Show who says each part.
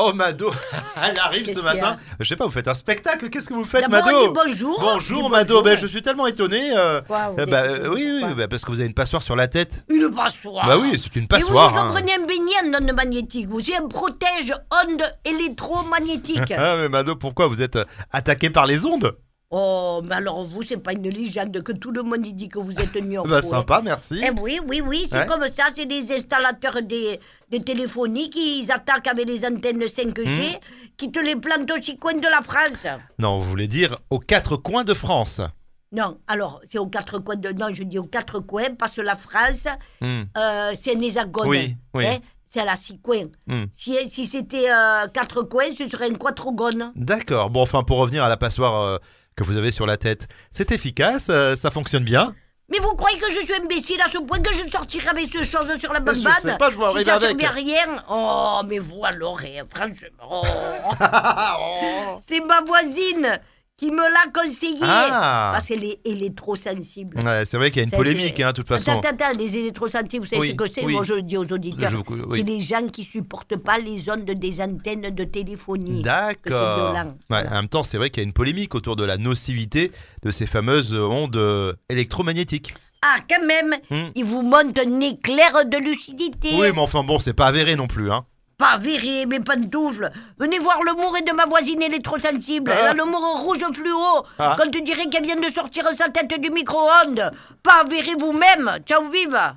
Speaker 1: Oh, Mado, elle arrive
Speaker 2: Qu'est-ce
Speaker 1: ce
Speaker 2: qu'il y a
Speaker 1: matin. Je sais pas, vous faites un spectacle. Qu'est-ce que vous faites,
Speaker 2: D'abord, on dit
Speaker 1: Mado
Speaker 2: bonjour.
Speaker 1: Bonjour,
Speaker 2: Dis
Speaker 1: Mado.
Speaker 2: bonjour.
Speaker 1: Ben, je suis tellement étonné. euh,
Speaker 2: Waouh,
Speaker 1: euh,
Speaker 2: vous
Speaker 1: bah,
Speaker 2: êtes-
Speaker 1: euh, oui, oui,
Speaker 2: quoi.
Speaker 1: bah, parce que vous avez une passoire sur la tête.
Speaker 2: Une passoire.
Speaker 1: Bah oui, c'est une
Speaker 2: Ah. Mais vous y
Speaker 1: passoire. hein.
Speaker 2: comprenez un beignet en ondes magnétiques. Vous êtes un protège ondes électromagnétiques.
Speaker 1: Ah, mais Mado, pourquoi vous êtes euh, attaqué par les ondes
Speaker 2: oh, mais alors vous, c'est pas une légende que tout le monde y dit que vous êtes New
Speaker 1: Bah, sympa, merci.
Speaker 2: Eh oui, oui, oui, c'est
Speaker 1: Ouais.
Speaker 2: comme ça, c'est les installateurs des, des téléphonies qui ils attaquent avec les antennes 5G,
Speaker 1: Hmm.
Speaker 2: qui te les plantent aux six coins de la France.
Speaker 1: Non, vous voulez dire aux quatre coins de France.
Speaker 2: Non, alors, c'est aux quatre coins de... Non, je dis aux quatre coins, parce que la France,
Speaker 1: Hmm.
Speaker 2: euh, c'est un hexagone.
Speaker 1: Oui, oui.
Speaker 2: hein, c'est à la six coins.
Speaker 1: Hmm.
Speaker 2: Si, si c'était euh, quatre coins, ce serait un quatrogone.
Speaker 1: D'accord. Bon, enfin, pour revenir à la passoire euh, que vous avez sur la tête, c'est efficace, euh, ça fonctionne bien.
Speaker 2: Mais vous croyez que je suis imbécile à ce point que je sortirai avec ce chose sur la
Speaker 1: Mais je
Speaker 2: bonne
Speaker 1: sais pas, je vois
Speaker 2: si
Speaker 1: arriver
Speaker 2: ça
Speaker 1: avec.
Speaker 2: servait à rien. Oh, mais vous alors, eh, franchement. oh. C'est ma voisine qui me l'a conseillé.
Speaker 1: Ah.
Speaker 2: Parce qu'elle est, elle est trop sensible.
Speaker 1: Ouais, c'est vrai qu'il y a une
Speaker 2: Ça,
Speaker 1: polémique,
Speaker 2: c'est- Ah,
Speaker 1: hein, de toute façon.
Speaker 2: Attends, attends, attends, les électrosensibles, vous savez
Speaker 1: Oui,
Speaker 2: ce que c'est
Speaker 1: oui.
Speaker 2: Moi, je le dis aux auditeurs.
Speaker 1: Je vous- oui.
Speaker 2: C'est les gens qui supportent pas les ondes des antennes de téléphonie. que
Speaker 1: D'accord.
Speaker 2: c'est violent.
Speaker 1: Ouais,
Speaker 2: Voilà.
Speaker 1: En même temps, c'est vrai qu'il y a une polémique autour de la nocivité de ces fameuses ondes euh, électromagnétiques.
Speaker 2: Ah, quand même,
Speaker 1: Hmm.
Speaker 2: ils vous montent un éclair de lucidité.
Speaker 1: Oui, mais enfin bon, c'est pas avéré non plus. Hein.
Speaker 2: Pas viré mes pantoufles. Venez voir le mouret de ma voisine électrosensible. Elle
Speaker 1: Ah.
Speaker 2: a le mouret rouge fluo.
Speaker 1: Ah.
Speaker 2: Quand tu dirais qu'elle vient de sortir sa tête du micro-ondes. Pas viré vous-même. Ciao, vive.